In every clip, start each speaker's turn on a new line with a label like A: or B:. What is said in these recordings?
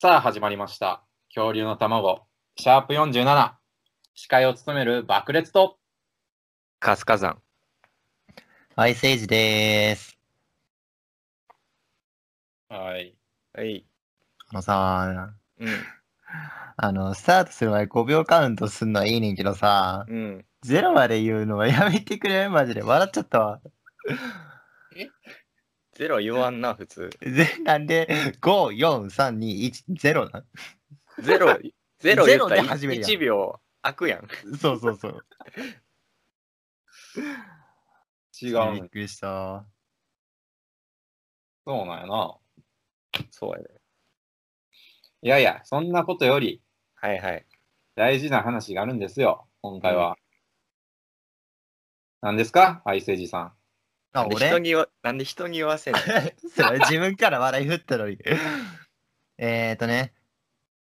A: さあ始まりました。恐竜の卵、シャープ47。司会を務める爆裂と、
B: カスカザン。
C: アイスエイジでーす。
A: はい。
B: はい。
C: あのさ、
B: うん。
C: あの、スタートする前5秒カウントすんのはいいねんけどさ、
B: うん。
C: ゼロまで言うのはやめてくれ、マジで。笑っちゃったわ。
B: ゼロ言わ んな、普通。
C: ぜなんで、5、4、3、2、1、0なん
B: ゼロ、ゼロ言った
C: ゼロで
B: ら
C: 始めるやん
B: 1秒開くやん。
C: そうそうそう。
A: 違う
C: びっ
A: の。
C: くりした。
A: そうなんやな。
B: そうやね。
A: いやいや、そんなことより
B: はいはい。
A: 大事な話があるんですよ、今回は。何ですかアイセージさん。
C: あ、
B: なんで人
C: 俺
B: に言わなんで人に言わせんの
C: それ自分から笑い振ったのに。 えーとね、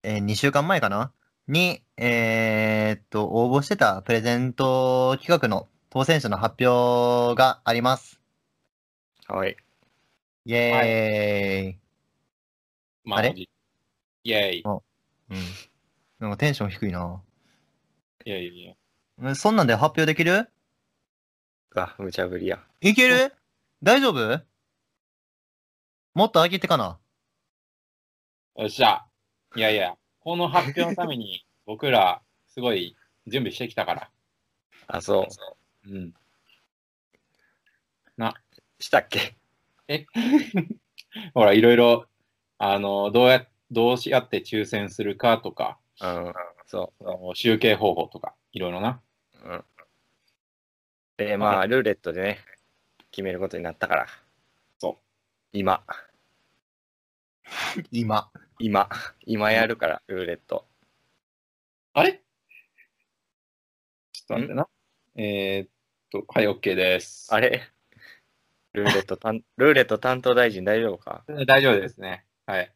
C: え2週間前かなに、えーっと、応募してたプレゼント企画の当選者の発表があります。
B: はい。
C: イェーイ、
A: ま
C: あれ
A: イェイ。い
C: うん。なんかテンション低いな。
A: やいやいや。
C: えそんなんで発表できる
B: あ、無茶ぶりや。
C: いける大丈夫もっと上げてかな
A: よっしゃ。いやいや、この発表のために 僕ら、すごい準備してきたから。
B: あ、そ
A: うん。
B: う。したっけ
A: ほら、いろいろ、あの、どうや、どうし合って抽選するかとか、
B: うん。そ
A: その集計方法とか、いろいろな。
B: う。うん。で、まあ、ルーレットでね、決めることになったから。
A: そう。
B: 今、
C: 今。
B: 今、今やるから、ルーレット。
A: あれちょっと待ってな。えーっと、はい、OK です。
B: あれルーレット 担、ルーレット担当大臣大丈夫か
A: 大丈夫ですね。はい。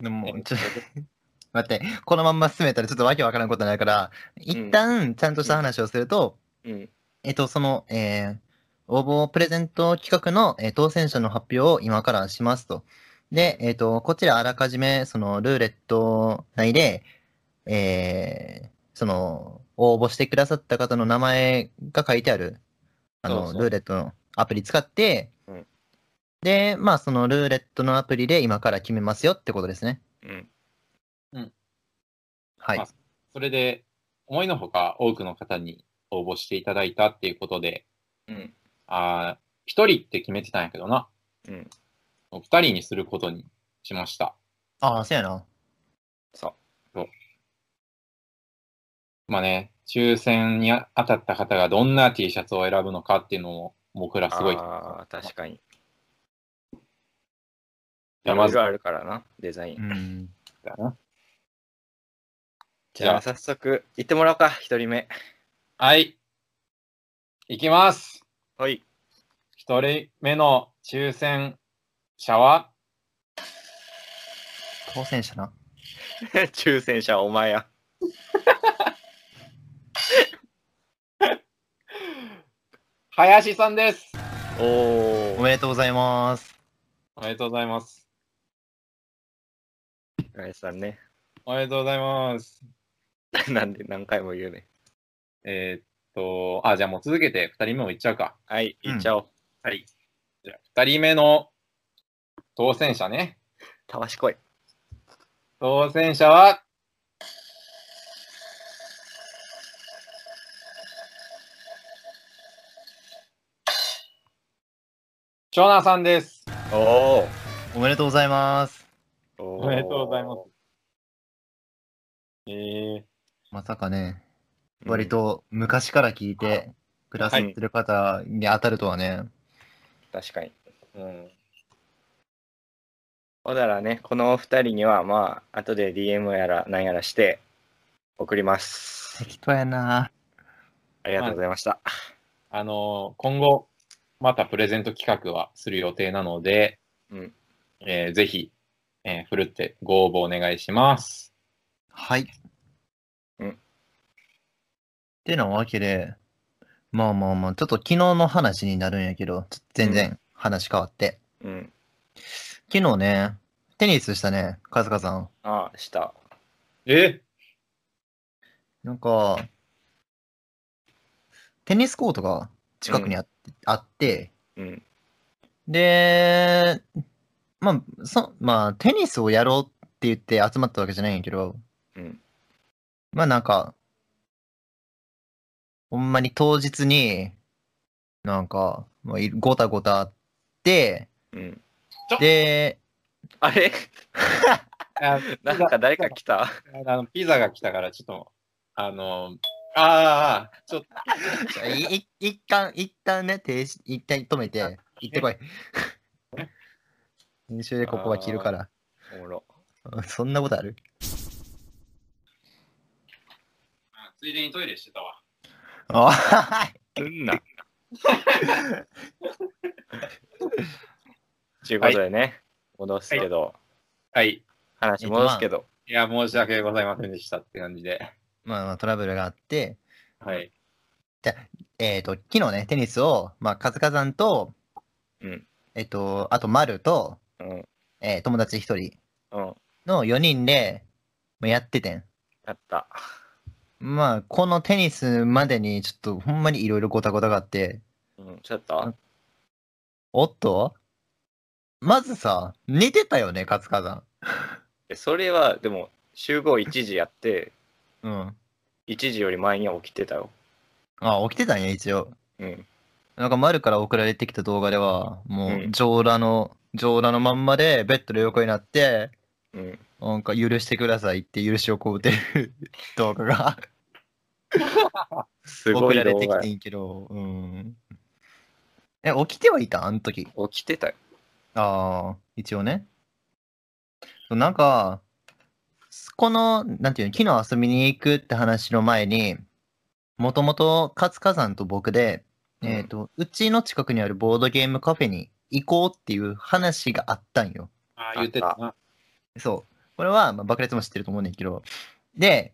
C: でも、ちょ っと。待って、このまんま進めたらちょっとわけわからんことになるから、一旦ちゃんとした話をすると、
B: うん。
C: えっと、その、えー応募プレゼント企画の、えー当選者の発表を今からしますと。で、えっと、こちらあらかじめ、その、ルーレット内で、えーその、応募してくださった方の名前が書いてある、あの、
A: そうそう
C: ルーレットのアプリ使って、
B: うん
C: で、まあ、そのルーレットのアプリで今から決めますよってことですね。
B: うん。
C: はい
A: あ。それで、思いのほか多くの方に応募していただいたっていうことで、
B: うん。
A: あー1人って決めてたんやけどな。
B: うん。
A: 2人にすることにしました。
C: ああ、そうやな。
B: そう。
A: まあね、抽選に当たった方がどんな T シャツを選ぶのかっていうのも、僕らすごい。
B: ああ、確かに。い
A: じゃあ
B: ろ
A: ま
B: い
A: ず
B: ろあるからな、デザイ
C: う
B: ン。
C: ん。
A: だな。
B: じゃあ、早速、行ってもらおうか、一人目。
A: はい。いきます。
B: はい。
A: 一人目の抽選者は、
C: 当選者な。
B: 抽選者、お前や。
A: 林さんです。
B: お
C: お
B: お。
C: めでとうございます。
A: おめでとうございます。
B: 林さんね。
A: おめでとうございます。
B: なんで何回も言うね。
A: えーっと、あ、じゃあもう続けて二人目もいっちゃうか。
B: はい、
C: うん
B: 行っちゃおう。
A: はい。じゃあ二人目の当選者ね。
B: たわしこい。
A: 当選者は、ショナさんです。
B: お
C: おめでとうございます。
B: お。
A: おめでとうございます。え
C: まさかね、
B: うん。
C: 割と昔から聞いてくださってる方に当たるとはね。
B: 確かに。
A: ー、うん。
B: ほんならね、このお二人には、まあ、後で DM やら何やらして、送ります。
C: 適当やな。
B: ありがとうございました。
A: あのー今後、またプレゼント企画はする予定なので、
B: うん
A: えーぜひ、えー、ふるってご応募お願いします。
C: はい。
B: うん
C: ってなわけで、まあまあまあ、ちょっと昨日の話になるんやけど、ちょっと全然話変わって。
B: うん。
C: 昨日ね、テニスしたね、カズカさん。
B: ああ、した。
A: え
C: なんか、テニスコートが近くにあって、あって
B: うん。
C: で、まあ、そ、まあ、テニスをやろうって言って集まったわけじゃないんやけど、
B: うん
C: まあなんか、ほんまに当日に、なんか、まあいごたごたあって、
B: うん。
C: で、
B: あれ
A: あ
B: なんか誰か来た
A: あのピザが来たから、ちょっと、あの、ああ、ちょっと、
C: いい一旦、一旦ね、停止、一旦止めて、行ってこい。練習でここは切るから。
B: おもろ。
C: そんなことある
A: ついでにトイレしてたわ。
C: あはい。
B: うんな。ちゅ うことでね、戻すけど、
A: はい。
B: 話戻すけど、
A: いや、申し訳ございませんでしたって感じで。
C: まあまあトラブルがあって、
A: はい。
C: えっ、と、昨日ね、テニスを、まあ、カズカさんと、
B: うん
C: えっ、と、あと、マルと、
B: うん、
C: えー友達1人
B: うん、
C: の4人で、まあやっててん。
B: やった。
C: まあ、このテニスまでに、ちょっと、ほんまにいろいろごたごたがあって、
B: うん、ちょっと、
C: おっとまずさ、寝てたよね、カズカさ
B: えそれは、でも、集合1時やって、
C: ん。うん。
B: 1時より前には起きてたよ。
C: あ、起きてたんや、一応。
B: うん、
C: なんか、丸から送られてきた動画では、も
B: う
C: う、
B: ん
C: 上裸の、上裸のまんまで、ベッドで横になって、
B: うん。
C: なんか、許してくださいって、許しをこうてる 動画が、
B: すご
C: 送
B: い
C: られ
B: 動
C: てき
B: 画
C: て
B: や。
C: んけど、うん。え、起きてはいたあの時。
B: 起きてたよ。
C: ああ、一応ね。そうなんか、この、なんていうの、昨日遊びに行くって話の前に、もともと勝火山と僕で、
B: うん
C: えっ、と、うちの近くにあるボードゲームカフェに行こうっていう話があったんよ。
A: ああ、言ってたな。
C: そう。これは、まあ、爆裂も知ってると思うねんけど。で、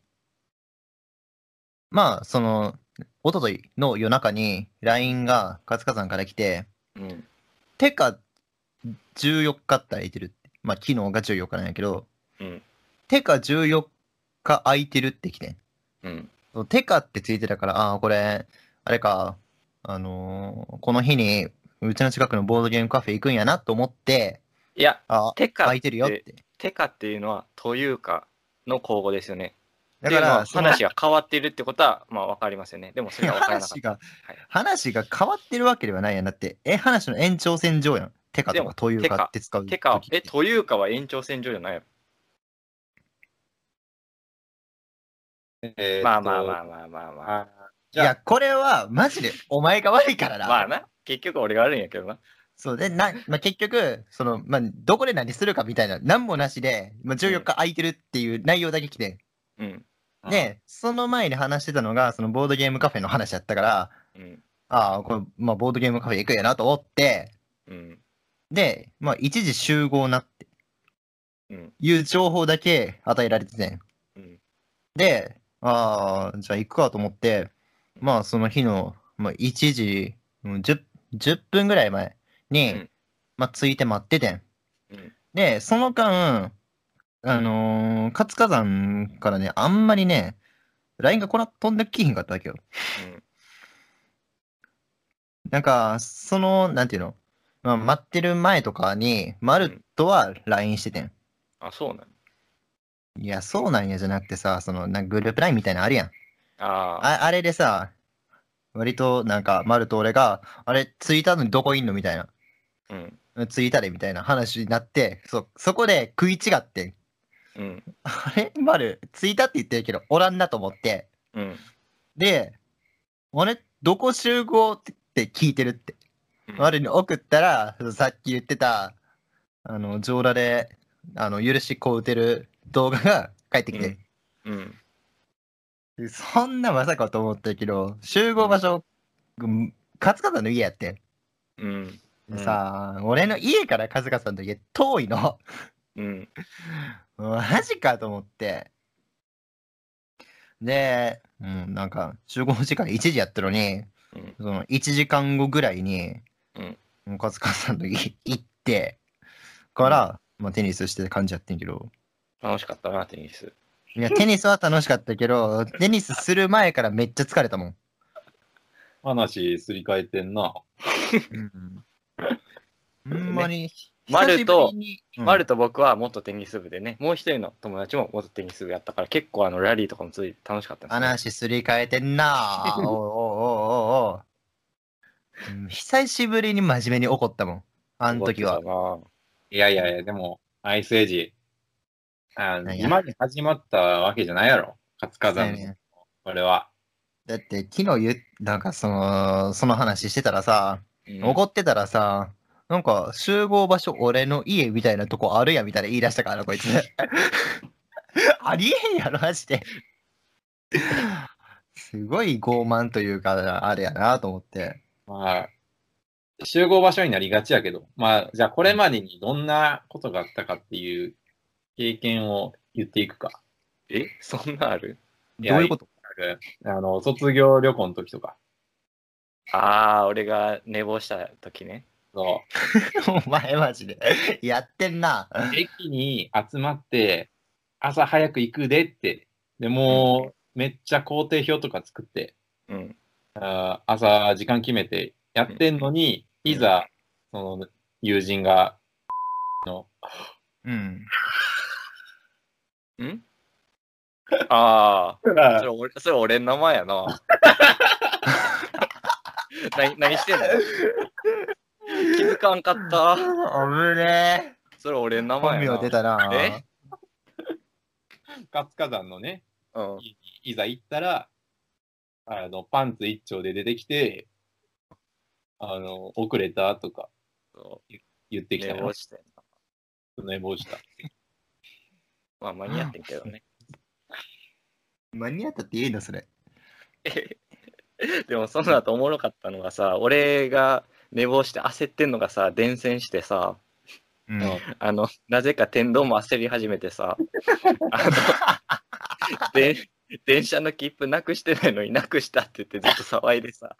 C: まあ、その、おとといの夜中に LINE が勝火山から来て、
B: うん、
C: てか、14日って空いてるって。まあ、昨日が14日なんやけど、
B: うん、
C: てか14日空いてるって来てん。
B: うん、
C: そうてかってついてたから、ああー、これ、あれか、あのーこの日に、うちの近くのボードゲームカフェ行くんやなと思って、
B: いや、
C: ああ、
B: てか
C: 空
B: っ
C: いてるよって
B: て、。てかっていうのは、というかの口語ですよね。
C: だから、
B: って
C: そ
B: い
C: の
B: うのは話が変わっているってことは、まあ、わかりますよね。でも、それはわからなか
C: 話
B: っ
C: が
B: はい、
C: 話が変わってるわけではないやん。だって、え、話の延長線上やん。てか
B: で
C: とか、
B: も
C: というかって使う
B: た。
C: 時
B: てか
C: っ、て
B: え、というかは延長線上じゃないよ。
A: えーっと
B: まあまあまあまあまあまあ。
A: あ
C: いや、これは、マジで、お前が悪いからな。
B: まあな、結局俺が悪いんやけどな。
C: そうでな、まあ、結局その、まあ、どこで何するかみたいな何もなしで、まあ、14日空いてるっていう内容だけ来て、
B: うん。
A: ー
C: でその前に話してたのがそのボードゲームカフェの話だったから
B: うん。
C: ああこれ、まあ、ボードゲームカフェ行くんやなと思って
B: うん。
C: で、まあ、一時集合なって
B: うん。
C: いう情報だけ与えられててん
B: うん。
C: でああじゃあ行くかと思ってまあその日の、まあ、1時うん 10, 10分ぐらい前に、
B: うん
C: まあ、着いて待っててん
B: うん。
C: で、その間、あのー、活火山からね、あんまりね、LINE がこな飛んできひんかったわけよ。なんか、その、なんていうの、まあ、待ってる前とかに、マルとは LINE しててん。
B: あ、そうなの
C: いや、そうなんやじゃなくてさ、その、なんかグループ LINE みたいなのあるやん。
B: ああ。
C: ああれでさ、割となんか、マルと俺が、あれ、着いたのにどこいんのみたいな。
B: うん。
C: 着いたでみたいな話になって、そ、そこで食い違ってん。
B: うん。
C: あれマル、着いたって言ってるけど、おらんなと思って。
B: うん。
C: で、俺、どこ集合って聞いてるって。
B: うん
C: 我に送ったら、さっき言ってた、あの、上裸で、あの、許しこう打てる動画が返ってきて、
B: うん。
C: そんなまさかと思ったけど、集合場所、うん、カツカさんの家やって。
B: うん。うん
C: さあ、俺の家からカツカさんの家遠いの。
B: うん。
C: マジかと思って。で、うん、なんか、集合時間1時やったのに、
B: うん。
C: その1時間後ぐらいに
B: うん、
C: もうカツカさんの家行って、から、まあ、テニスしてた感じやってんけど。
B: 楽しかったな、テニス。
C: いや、テニスは楽しかったけど、テニスする前からめっちゃ疲れたもん。
A: 話すり替えてんな。
C: うん。ほんまに。
B: 丸
C: 久
B: と
C: しぶりに、うん
B: マルと僕は元テニス部でね、もう一人の友達も元テニス部やったから、結構あのラリーとかもついて楽しかったんですよね、
C: 話すり替えてん なおうおうおうおうおう、うん久しぶりに真面目に怒ったもん。あの時は。
B: 怒って
A: いやいやいや、でも、アイスエイジ、あ
C: 何や
A: 今に始まったわけじゃないやろ。活火山
C: そうや
A: の。これは。
C: だって昨日言っなんかその、その話してたらさ、
B: たな。うん
C: 怒ってたらさ、なんか集合場所俺の家みたいなとこあるやみたいな言い出したからなこ いつ。ありえへんやろ、マジで。すごい傲慢というか、あれやなと思って。
A: まあ、集合場所になりがちやけど、まあ、じゃあこれまでにどんなことがあったかっていう経験を言っていくか。
B: えそんなある
C: どういうこと
A: あの、卒業旅行の時とか。
B: ああ、俺が寝坊した時ね。
A: そう。
C: お前マジで。やってんな。
A: 駅に集まって、朝早く行くでって、でもう、めっちゃ工程表とか作って、
B: うん。
A: あー朝時間決めてやってんのに、
B: うん
A: いざ、その友人が、
C: うん。
B: んああ、それ俺、それ俺の名前やな。 何何してんの気づかんかった。
C: あぶね
B: それ俺の
C: え。
B: 名
C: 本
B: 前やな。
C: 名出たな。
B: え
A: 活火山のね、
B: うん。
A: いざ行ったら、あの、パンツ一丁で出てきて、あの、遅れたとか
B: そ
A: 言っ
B: う
A: てき
B: 寝
A: たよ
B: 坊。してんな。
A: 寝坊した。
B: まあ間に合ってんけどね。
C: 間に合ったっていいのそれ。
B: でもその後おもろかったのがさ、俺が寝坊して焦ってんのがさ、伝染してさ、
C: うん
A: うん
B: あの、なぜか天道も焦り始めてさ、あの、で電車の切符なくしてないのになくしたって言ってずっと騒いでさ、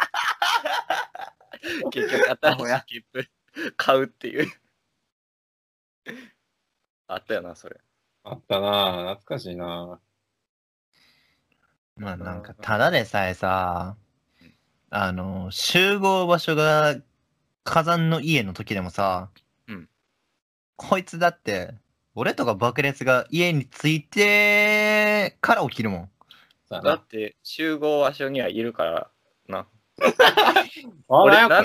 B: 結局
C: アホ
B: 新し
C: や
B: い切符買うっていう。あったよな、それ。
A: あったなぁ懐かしいな
C: まあなんか、ただでさえさ、あの、集合場所が火山の家の時でもさ、
B: うん
C: こいつだって、俺とか爆裂が家に着いてから起きるもん。
A: ぁ
B: だって集合場所にはいるからな。
A: 俺
B: 俺な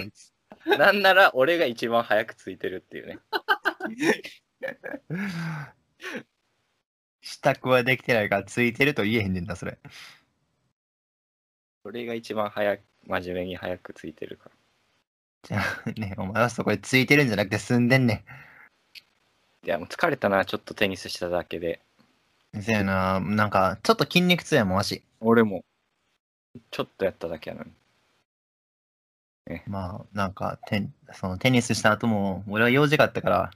B: なんなら俺が一番早く着いてるっていうね。
C: 支度はできてないからついてると言えへんねんな、それ。
B: 俺が一番早く、真面目に早く着いてるから。
C: じゃあね、お前はそこでついてるんじゃなくて住んでんね
B: いや、もう疲れたな、ちょっとテニスしただけで。
C: ん。せやな、なんか、ちょっと筋肉痛やもん、わし。
B: 俺も。ちょっとやっただけやのに。
C: まあ、なんかテン、そのテニスした後も、俺は用事があったから、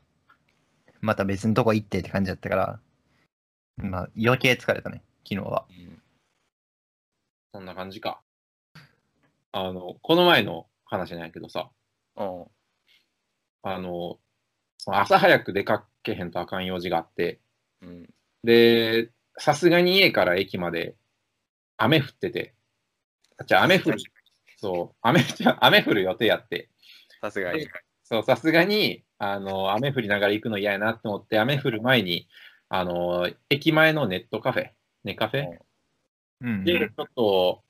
C: また別のとこ行ってって感じだったから、まあ、余計疲れたね、昨日は。
A: そんな感じか。あの、この前の話なんやけどさ、
B: うん。うん。
A: あの、その朝早く出かけへんとあかん用事があって、
B: うん、
A: で、さすがに家から駅まで雨降ってて、じゃあ雨降る、そう、雨、じゃあ雨降る予定やって、
B: さすがに。
A: そう、さすがに、あの、雨降りながら行くの嫌やなって思って、雨降る前に、あの、駅前のネットカフェ、ネカフェ
C: うん。
A: で、ちょっと、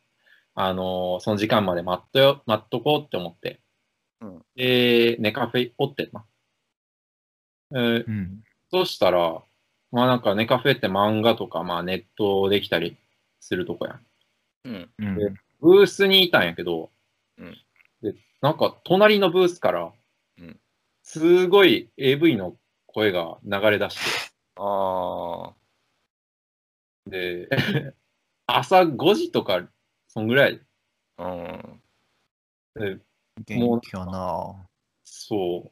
A: あのーその時間まで待っとよ、待っとこうって思って。
B: うん
A: で、ネカフェおってんな。えー
C: うん。
A: そうしたら、まあなんかネカフェって漫画とか、まあネットできたりするとこやん。
B: うん。
C: うん。
A: でブースにいたんやけど、
B: うん
A: で、なんか隣のブースから、
B: うん
A: すごい AV の声が流れ出して、
B: あ
A: で、朝5時とか、そんぐらい、
B: あ。うん。
A: で
C: 元気やな
A: そう。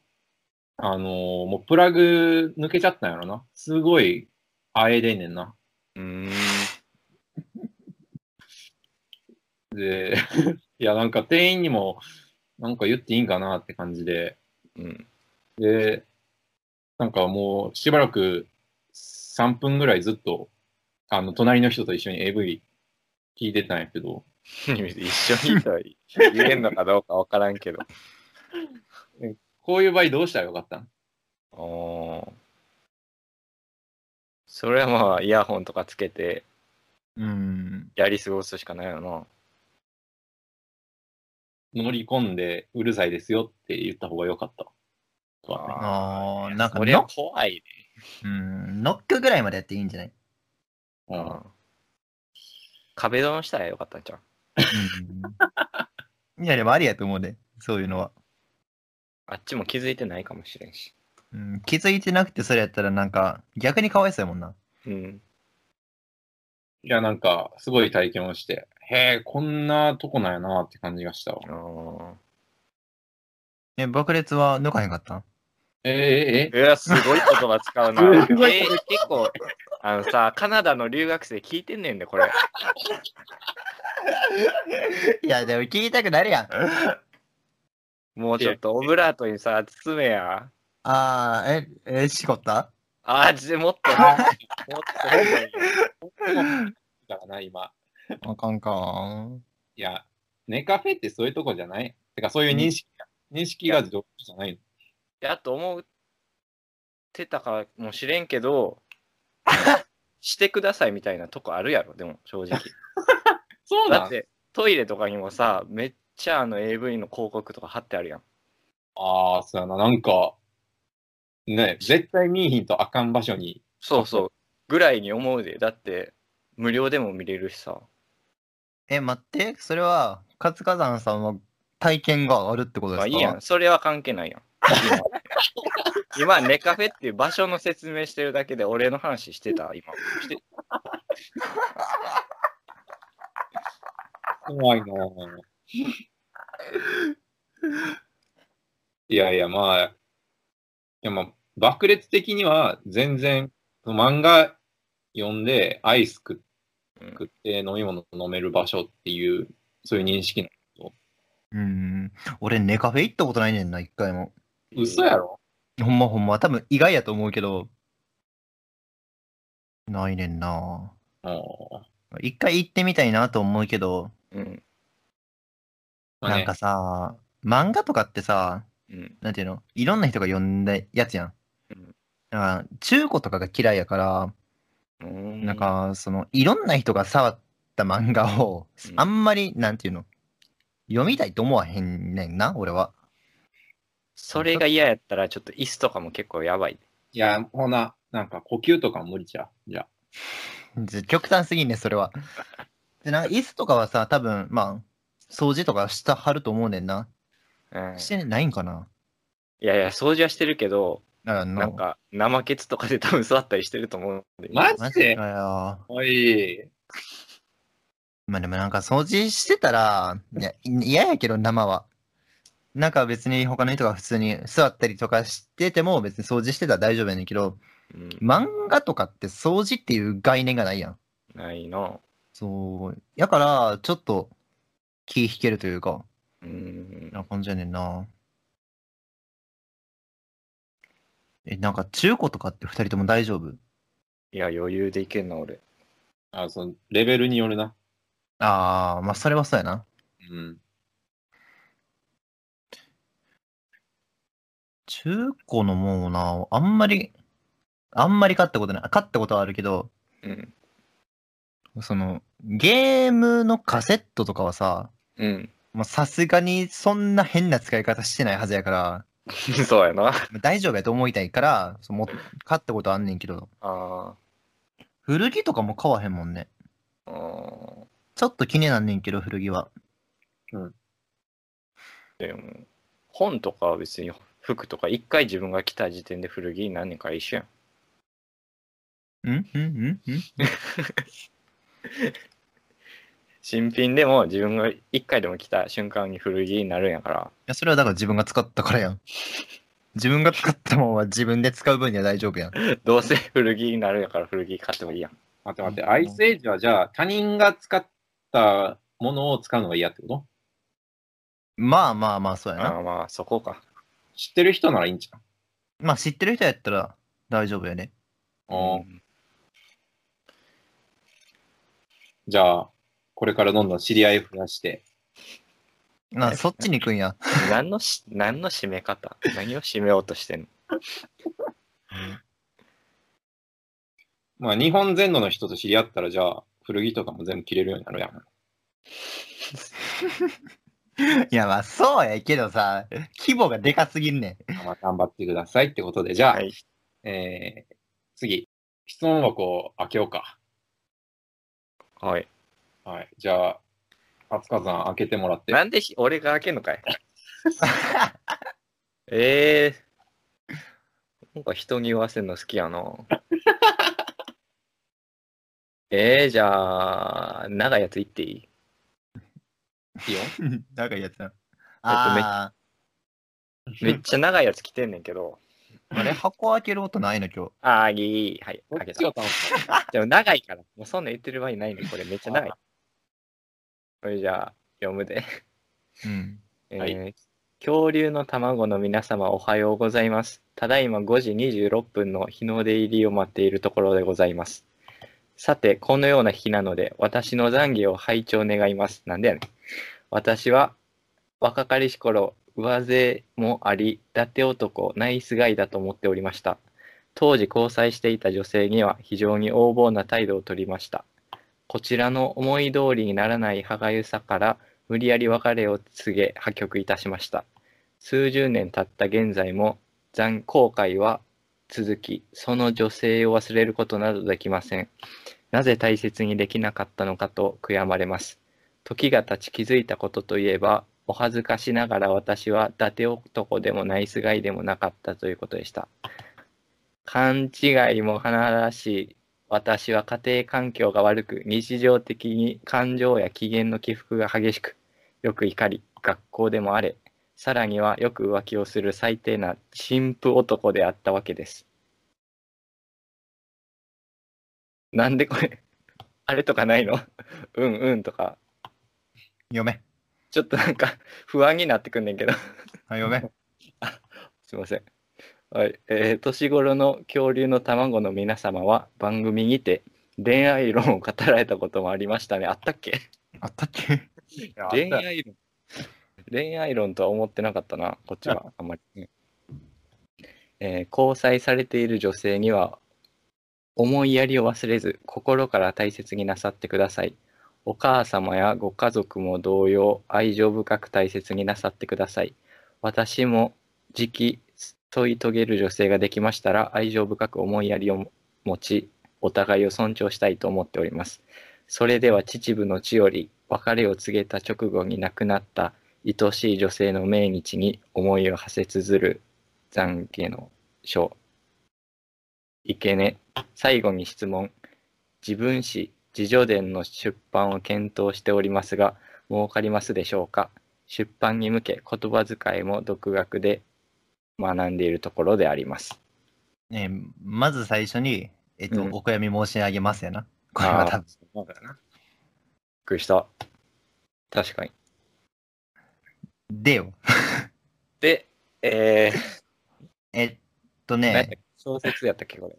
A: あのーもうプラグ抜けちゃったんやろな。すごい、あえでんねんな。
B: うーん。
A: で、いや、なんか店員にも、なんか言っていいんかなって感じで。
B: うん。
A: で、なんかもうしばらく3分ぐらいずっと、あの、隣の人と一緒に AV 聞いてたんやけど、
B: 一緒にとは言えんのかどうかわからんけど。
A: こういう場合どうしたらよかったん
B: おーそれはまあ、イヤホンとかつけて
C: うん。
B: やり過ごすしかないよな。
A: 乗り込んでうるさいですよって言った方がよかった。とはね
C: ああ、なんか
B: それは
C: ノ、
B: 怖い
C: うん、ノックぐらいまでやっていいんじゃない、
A: う
B: ね。
A: ん
B: 壁ドンしたらよかったんちゃう
C: うん、いや、でもありやと思うで、そういうのは。
B: あっちも気づいてないかもしれんし。
C: うん、気づいてなくてそれやったらなんか逆にかわいそうやもんな。
B: うん。
A: いや、なんか、すごい体験をして、へえ、こんなとこなんやなって感じがしたわ。
B: あー
C: え、爆裂は抜かへんかった
A: えー、えー、え
B: いや、すごい言葉使うな。 え
A: す
B: ー
A: ごい
B: 結構、あのさ、カナダの留学生聞いてんねんで、これ。
C: いや、でも聞いたくなるやん。
B: もうちょっとオブラートにさ、包めや。
C: あー、え、え、しこった
B: あー、じもっと、もっとほんまに、
A: え だからな、今。
C: あかんかー
A: いや、ネカフェってそういうとこじゃない。てか、そういう認識が、認識が上手じゃない
B: やと思ってたかもしれんけど、してくださいみたいなとこあるやろ、でも正直。
A: そう
B: だっ
A: だ。
B: てトイレとかにもさ、めっちゃあの AV の広告とか貼ってあるやん。
A: ああ、そうやな、なんか、ね、絶対見えひんとあかん場所に。
B: そうそう。ぐらいに思うで。だって、無料でも見れるしさ。
C: え、待って、それは、活火山さんは体験があるってことですか
B: まあいいやん。それは関係ないやん。今、今ネカフェっていう場所の説明してるだけで俺の話してた、今。して
A: 怖いなぁいやいや、まあ、いやまあ、爆裂的には全然、漫画読んでアイス食っ
B: うん
A: 食って飲み物飲める場所っていう、そういう認識な
C: うん。俺、ネカフェ行ったことないねんな、一回も。
A: の。嘘やろ
C: ほんまほんま、多分意外やと思うけど、ないねんな。
A: も
C: 一回行ってみたいなと思うけど、
B: うん。
A: う、まあ
C: なん
A: ね
C: か、さ、漫画とかってさ、
B: うん。
C: なんていうのいろんな人が読んだやつやん。
B: うん
C: だから中古とかが嫌いやから、
B: うん
C: なん、か、その、いろんな人が触った漫画を
B: う、ん
C: あんまり、なんていうの読みたいと思わへんねんな、俺は。
B: それが嫌やったら、ちょっと椅子とかも結構やばい。
A: いや、ほな、なんか呼吸とかも無理じゃう。じゃあ
C: じゃ極端すぎんね、それは。で、なんか、椅子とかはさ、多分、まあ、掃除とかしたはると思うねんな。
B: うん
C: してないんかな
B: いやいや、掃除はしてるけど、
C: だからの
B: なんか、生ケツとかで多分座ったりしてると思うんで。
A: マ
C: マ
A: ジ
C: ジか
A: で
C: よ。ま
A: おい。
C: あでもなんか掃除してたら、いや嫌やけど生は。なんか別に他の人が普通に座ったりとかしてても別に掃除してたら大丈夫やねんけど、
B: うん
C: 漫画とかって掃除っていう概念がないやん。
B: ないな。
C: そう。やから、ちょっと気引けるというか、
B: うん。
C: な感じやねんな。え、なんか中古とかって二人とも大丈夫
B: いや、余裕でいけんな、俺。
A: あそのレベルによるな。
C: ああ、まあそれはそうやな。
A: うん。
C: 中古のもうな、あんまり、あんまり買ったことない。買ったことはあるけど、
B: うん。
C: その、ゲームのカセットとかはさ、
B: うん。
C: もうさすがにそんな変な使い方してないはずやから、
B: そうやな。
C: 大丈夫やと思いたいから、そうも買ったことあんねんけど、
B: あ
C: 古着とかも買わへんもんね。
B: ーあ
C: ちょっと気になんねんけど、古着は。
B: ー。でも、本とかは別に服とか、一回自分が来た時点で古着何年か一緒やん。
C: んんんん
B: 新品でも自分が一回でも来た瞬間に古着になるんやから。
C: いや、それはだから自分が使ったからやん。 自分が使ったもんは自分で使う分には大丈夫やん。
B: どうせ古着になるんやから古着買ってもいいやん。
A: 待って待って、アイスエイジはじゃあ他人が使ったものを使うのが嫌ってこと
C: まあまあまあ、そうやな
B: あ。あーまあ、そこか。
A: 知ってる人ならいいんじゃん。
C: まあ知ってる人やったら大丈夫やね。
A: あー
B: うん
A: じゃあ、これからどんどん知り合い増やして。
C: まあそっちに行くんや。
B: 何のし、何の締め方何を締めようとしてんの
A: まあ、日本全土の人と知り合ったら、じゃあ、古着とかも全部着れるようになるやん。
C: いやまあそうやけどさ、規模がでかすぎんねん。
A: まあ、頑張ってくださいってことで、じゃあ、
B: はい。
A: えー次、質問箱を開けようか。
B: はい。
A: はい。じゃあ、あつかさん開けてもらって。
B: なんでひ俺が開けんのかいええ なんか人に言わせるの好きやな。 ええじゃあ、長いやつ言っていい
A: いいよ。
C: なん かやつな。
B: とめ
C: あ
B: めっちゃ長いやつ来てんねんけど。
C: あ、あれ箱開ける音ないの今日。
B: ああ、いいいい、はい、
A: こっ
B: 開け
A: ちが
B: た。
A: 楽し
B: でも長いから、もうそんなん言ってる場合ないねんこれめっちゃ長い。これじゃあ、読むで。
C: うん。
B: えー
A: はい
B: 恐竜の卵の皆様おはようございます。ただいま5時26分の日の出入りを待っているところでございます。さて、このような日なので、私の懺悔を拝聴願います。なんでやねん。私は若かりし頃、上背もあり、伊達男、ナイスガイだと思っておりました。当時交際していた女性には非常に横暴な態度をとりました。こちらの思い通りにならない歯がゆさから、無理やり別れを告げ破局いたしました数十年経った現在も残後悔は続きその女性を忘れることなどできませんなぜ大切にできなかったのかと悔やまれます時が経ち気づいたことといえばお恥ずかしながら私は伊達男でもナイスガイでもなかったということでした勘違いも甚だしい私は家庭環境が悪く日常的に感情や機嫌の起伏が激しくよく怒り学校でもあれさらにはよく浮気をする最低な神父男であったわけですなんでこれ あれとかないの うんうんとか
C: 読め。
B: ちょっとなんか 不安になってくんねんけど
C: あ読め。
B: すいません。はい、えー年頃の恐竜の卵の皆様は番組にて恋愛論を語られたこともありましたね。あったっけ
C: あったっけ
A: い や
B: 恋愛論。恋愛論とは思ってなかったな、こっちは。あんまり、ねえー交際されている女性には、思いやりを忘れず、心から大切になさってください。お母様やご家族も同様、愛情深く大切になさってください。私も、時期、添い遂げる女性ができましたら、愛情深く思いやりを持ち、お互いを尊重したいと思っております。それでは秩父の地より別れを告げた直後に亡くなった愛しい女性の命日に思いを馳せつづる懺悔の書。いけね。最後に質問。自分史、自叙伝の出版を検討しておりますが、儲かりますでしょうか出版に向け言葉遣いも独学で学んでいるところであります。
C: ねえまず最初に、えっと、
B: うん
C: お悔やみ申し上げますやな。これは多分。
B: あーびっくりした。確かに。
C: でよ。
B: で、えー、
C: えっと
B: 何やったっ
C: ね、
B: け小説やったっけこれ。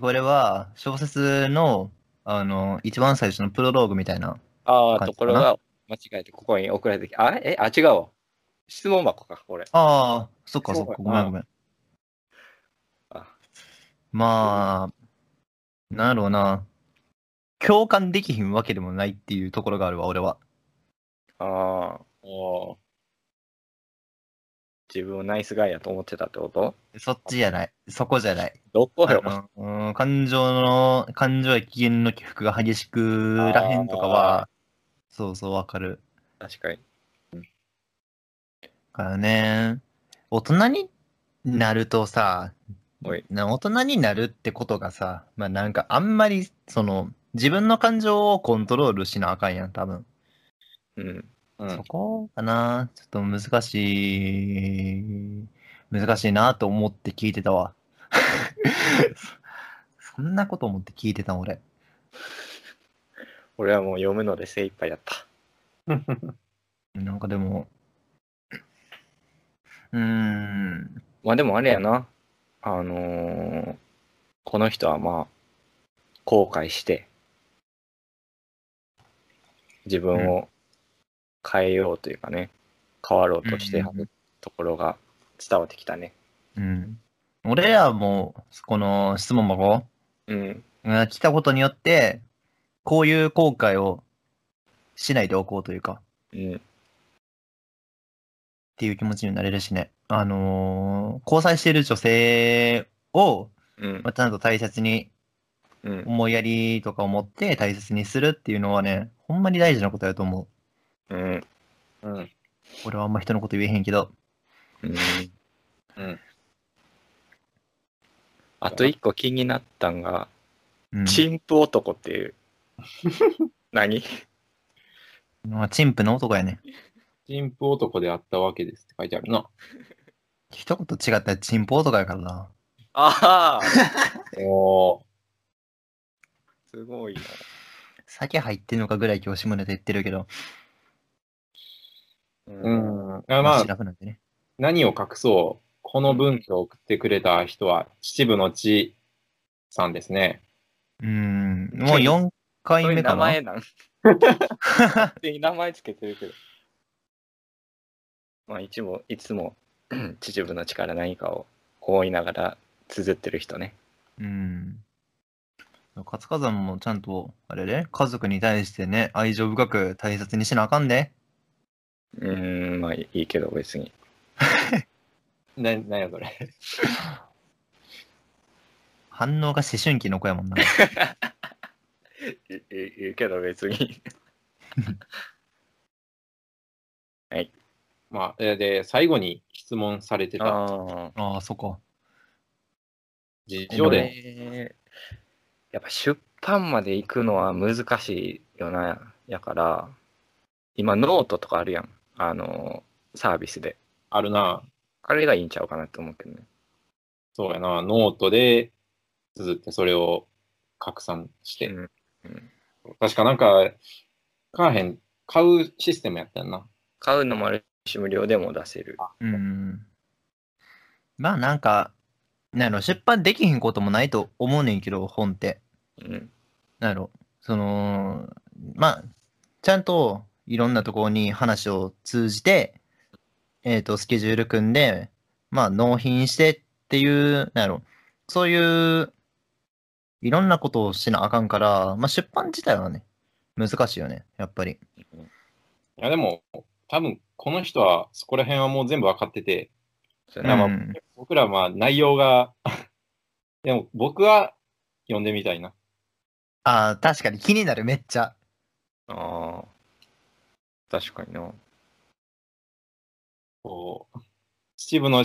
C: これは小説の、あの、一番最初のプロローグみたいな。
B: ああ、
C: 感じ
B: と
C: か
B: こ
C: な
B: ろが間違えてここに送られてきあえあ、違うわ。質問箱か、これ。
C: ああ、そっかそっか。
B: そ
C: ご
B: うや
C: め
B: なん
C: ごめん。
B: あ
C: まあ、なんやろうな。共感できひんわけでもないっていうところがあるわ、俺は。
B: あー、
A: おー
B: 自分をナイスガイやと思ってたってこと
C: そっちじゃない。そこじゃない。
B: どこよ。
C: あのうん感情の、感情や機嫌の起伏が激しくらへんとかは、そうそうわかる。
B: 確かに。
C: からね、大人になるとさ
B: おい、
C: な大人になるってことがさ、まあなんかあんまり、その、自分の感情をコントロールしなあかんやん、多分。
B: うん。
A: うん
C: そこかなちょっと難しい、難しいなと思って聞いてたわ。 そそんなこと思って聞いてた俺。
B: 俺はもう読むので精一杯やった。
C: なんかでも、うーん、
B: まあでもあれやな。あのーこの人はまあ、後悔して、自分を変えようというかね、変わろうとしてはるところが伝わってきたね。
C: うん。俺らも、この質問箱
B: うん。
C: が来たことによって、こういう後悔をしないでおこうというか、
B: うん。
C: っていう気持ちになれるしね。あのー交際している女性を、
B: うん
C: まあ、。ちゃんと大切に、
B: うん。
C: 思いやりとかを持って大切にするっていうのはね、ほんまに大事なことやと思う。
B: うん。
A: うん。
C: 俺はあんま人のこと言えへんけど。
B: うん
A: うん。
B: あと一個気になったんが、
C: うん、
B: チンプ男って いう。何
C: まあ、チンプの男やね。
A: チンプ男であったわけですって書いてあるな。
C: 一言違ったらチンポ男やからな。
B: ああ
A: おー
B: すごいな。
C: 酒入ってんのかぐらい今日下ネタ言ってるけど、
A: う。
B: うん
A: あま
C: まあ、
A: あ
C: 調、べなんてね。
A: 何を隠そう。この文章を送ってくれた人は、秩父の地さんですね。
C: うん、もう4回
B: そうい
C: 目
B: う名
C: かな
B: 前。 なん勝手に名前つけてるけど。まあ、いつも、いつも、秩父の力何かを思いながら綴ってる人ね。
C: うん。活火山もちゃんと、あれね、家族に対してね、愛情深く大切にしなあかんで。
B: うーん、まあいいけど別に。
A: な、なんやそれ。
C: 反応が思春期の子やも んな。
B: いいいいけど別に。
A: まあ、えーで、最後に質問されてた
B: ああ。
C: ああ、そっか。
A: 事
B: こ
A: 情で、
B: れやっぱ出版まで行くのは難しいよな。やから、今ノートとかあるやん。あの、サービスで。
A: あるな。
B: あれがいいんちゃうかなって思うけどね。
A: そうやな。ノートで綴って、それを拡散して。
B: うんうん
A: 確かなんか、買わへん、買うシステムやったんな。
B: 買うのもあるし、無料でも出せる。
C: うん。まあなんか、なんやろ、出版できひんこともないと思うねんけど、本って。
B: うん。
C: なんやろ、その、まあ、ちゃんといろんなところに話を通じて、えっ、と、スケジュール組んで、まあ、納品してっていう、なんやろ、そういう、いろんなことをしなあかんから、まあ、出版自体はね、難しいよね、やっぱり。
A: いや、でも、多分この人は、そこら辺はもう全部分かってて、
B: それ
A: な
B: は
A: んか
C: うん
A: 僕らはまあ内容が、 でも僕は読んでみたいな。
C: ああ、確かに気になる、めっちゃ。
B: ああ。確かにな。
A: こう、秩父の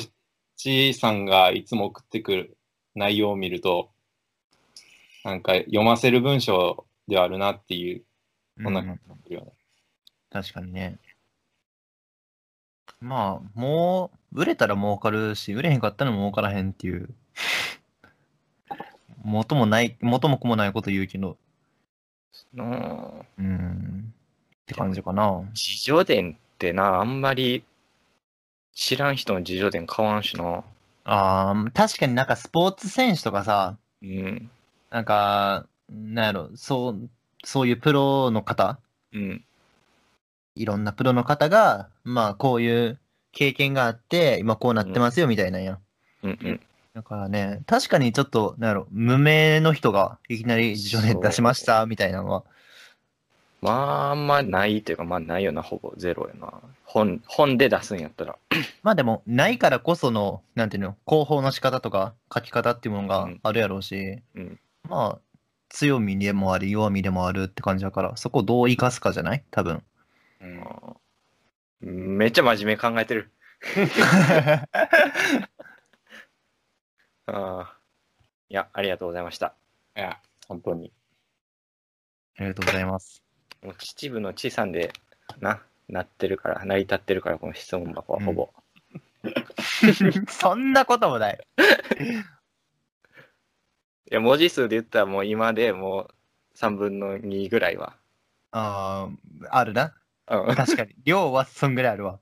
A: ちさんがいつも送ってくる内容を見ると、なんか読ませる文章ではあるなっていう、そんな
C: うん
A: 感じがするよね。
C: 確かにね。まあ、もう、売れたら儲かるし、売れへんかったら儲からへんっていう。 元もない、元も子もないこと言うけど、
B: なあ。
C: うーん、って感じかな。
B: 自叙伝ってな、あんまり知らん人の自叙伝買わんしな。
C: あー確かになんかスポーツ選手とかさ、
B: うん。
C: なんか、なんやろ、そう、そういうプロの方、
B: うん。
C: いろんなプロの方が、まあ、こういう経験があって、今こうなってますよ、みたいなんや。
B: うんうん。
C: だからね、確かにちょっと、なんやろ、無名の人がいきなり自助
B: そ
C: で
B: う
C: 出しましたみたいなのは。
B: まあ、あんまないというか、まあないよな、ほぼゼロやな。本、本で出すんやったら。
C: まあでも、ないからこその、なんていうの、広報の仕方とか、書き方っていうものがあるやろうし、
B: うんうん
C: まあ、強みでもあり、弱みでもあるって感じだから、そこをどう活かすかじゃない多 分。
A: うん
B: あーめっちゃ真面目に考えてる。ああ。いや、ありがとうございました。
A: いや、本当に。
C: ありがとうございます。
B: もう秩父の地さんでな、なってるから、成り立ってるから、この質問箱はほぼ。
C: そんなこともない。
B: いや、文字数で言ったらもう今でもう3分の2ぐらいは。
C: ああ、あるな。
B: うん
C: 確かに。量はそんぐらいあるわ。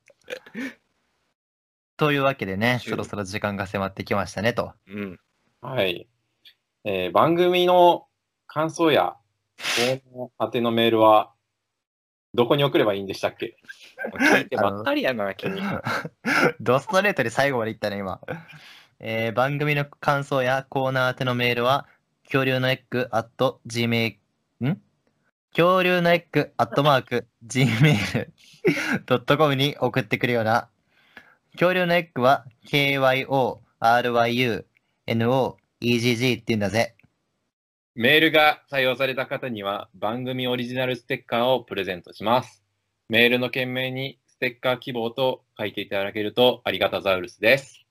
C: というわけでね、
B: 終
C: そ
B: 了
C: ろそろ時間が迫ってきましたねと。
B: うん。
A: はい。えー番組の感想や、応援宛てのメールは、どこに送ればいいんでしたっけ
B: 聞いてばっかりやな、君。
C: ドストレートで最後までいったね、今。えー番組の感想やコーナー宛てのメールは、恐竜のエッグアット Gmail、ん恐竜のエッグアットマーク Gmail.com に送ってくるよな。恐竜のエッグは KYORYUNOEGG っていうんだぜ。
A: メールが採用された方には番組オリジナルステッカーをプレゼントします。メールの件名にステッカー希望と書いていただけるとありがたザウルスです。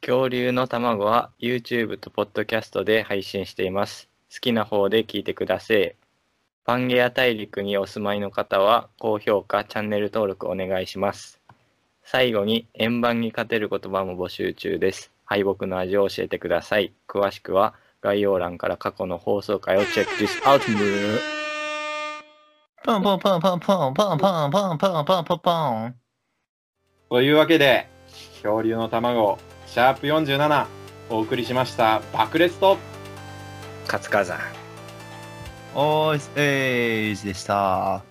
B: 恐竜の卵は YouTube と Podcast で配信しています。好きな方で聞いてください。パンゲア大陸にお住まいの方は高評価、チャンネル登録お願いします。最後に円盤に勝てる言葉も募集中です。敗北の味を教えてください。詳しくは概要欄から過去の放送回をチェックです。アウトムー
C: ポンポンポンポンポンポンポンポンポンポンポンポン。
A: というわけで、恐竜の卵、シャープ47、お送りしました、爆裂と、
B: カツカザン。
C: おーい、えーいでした。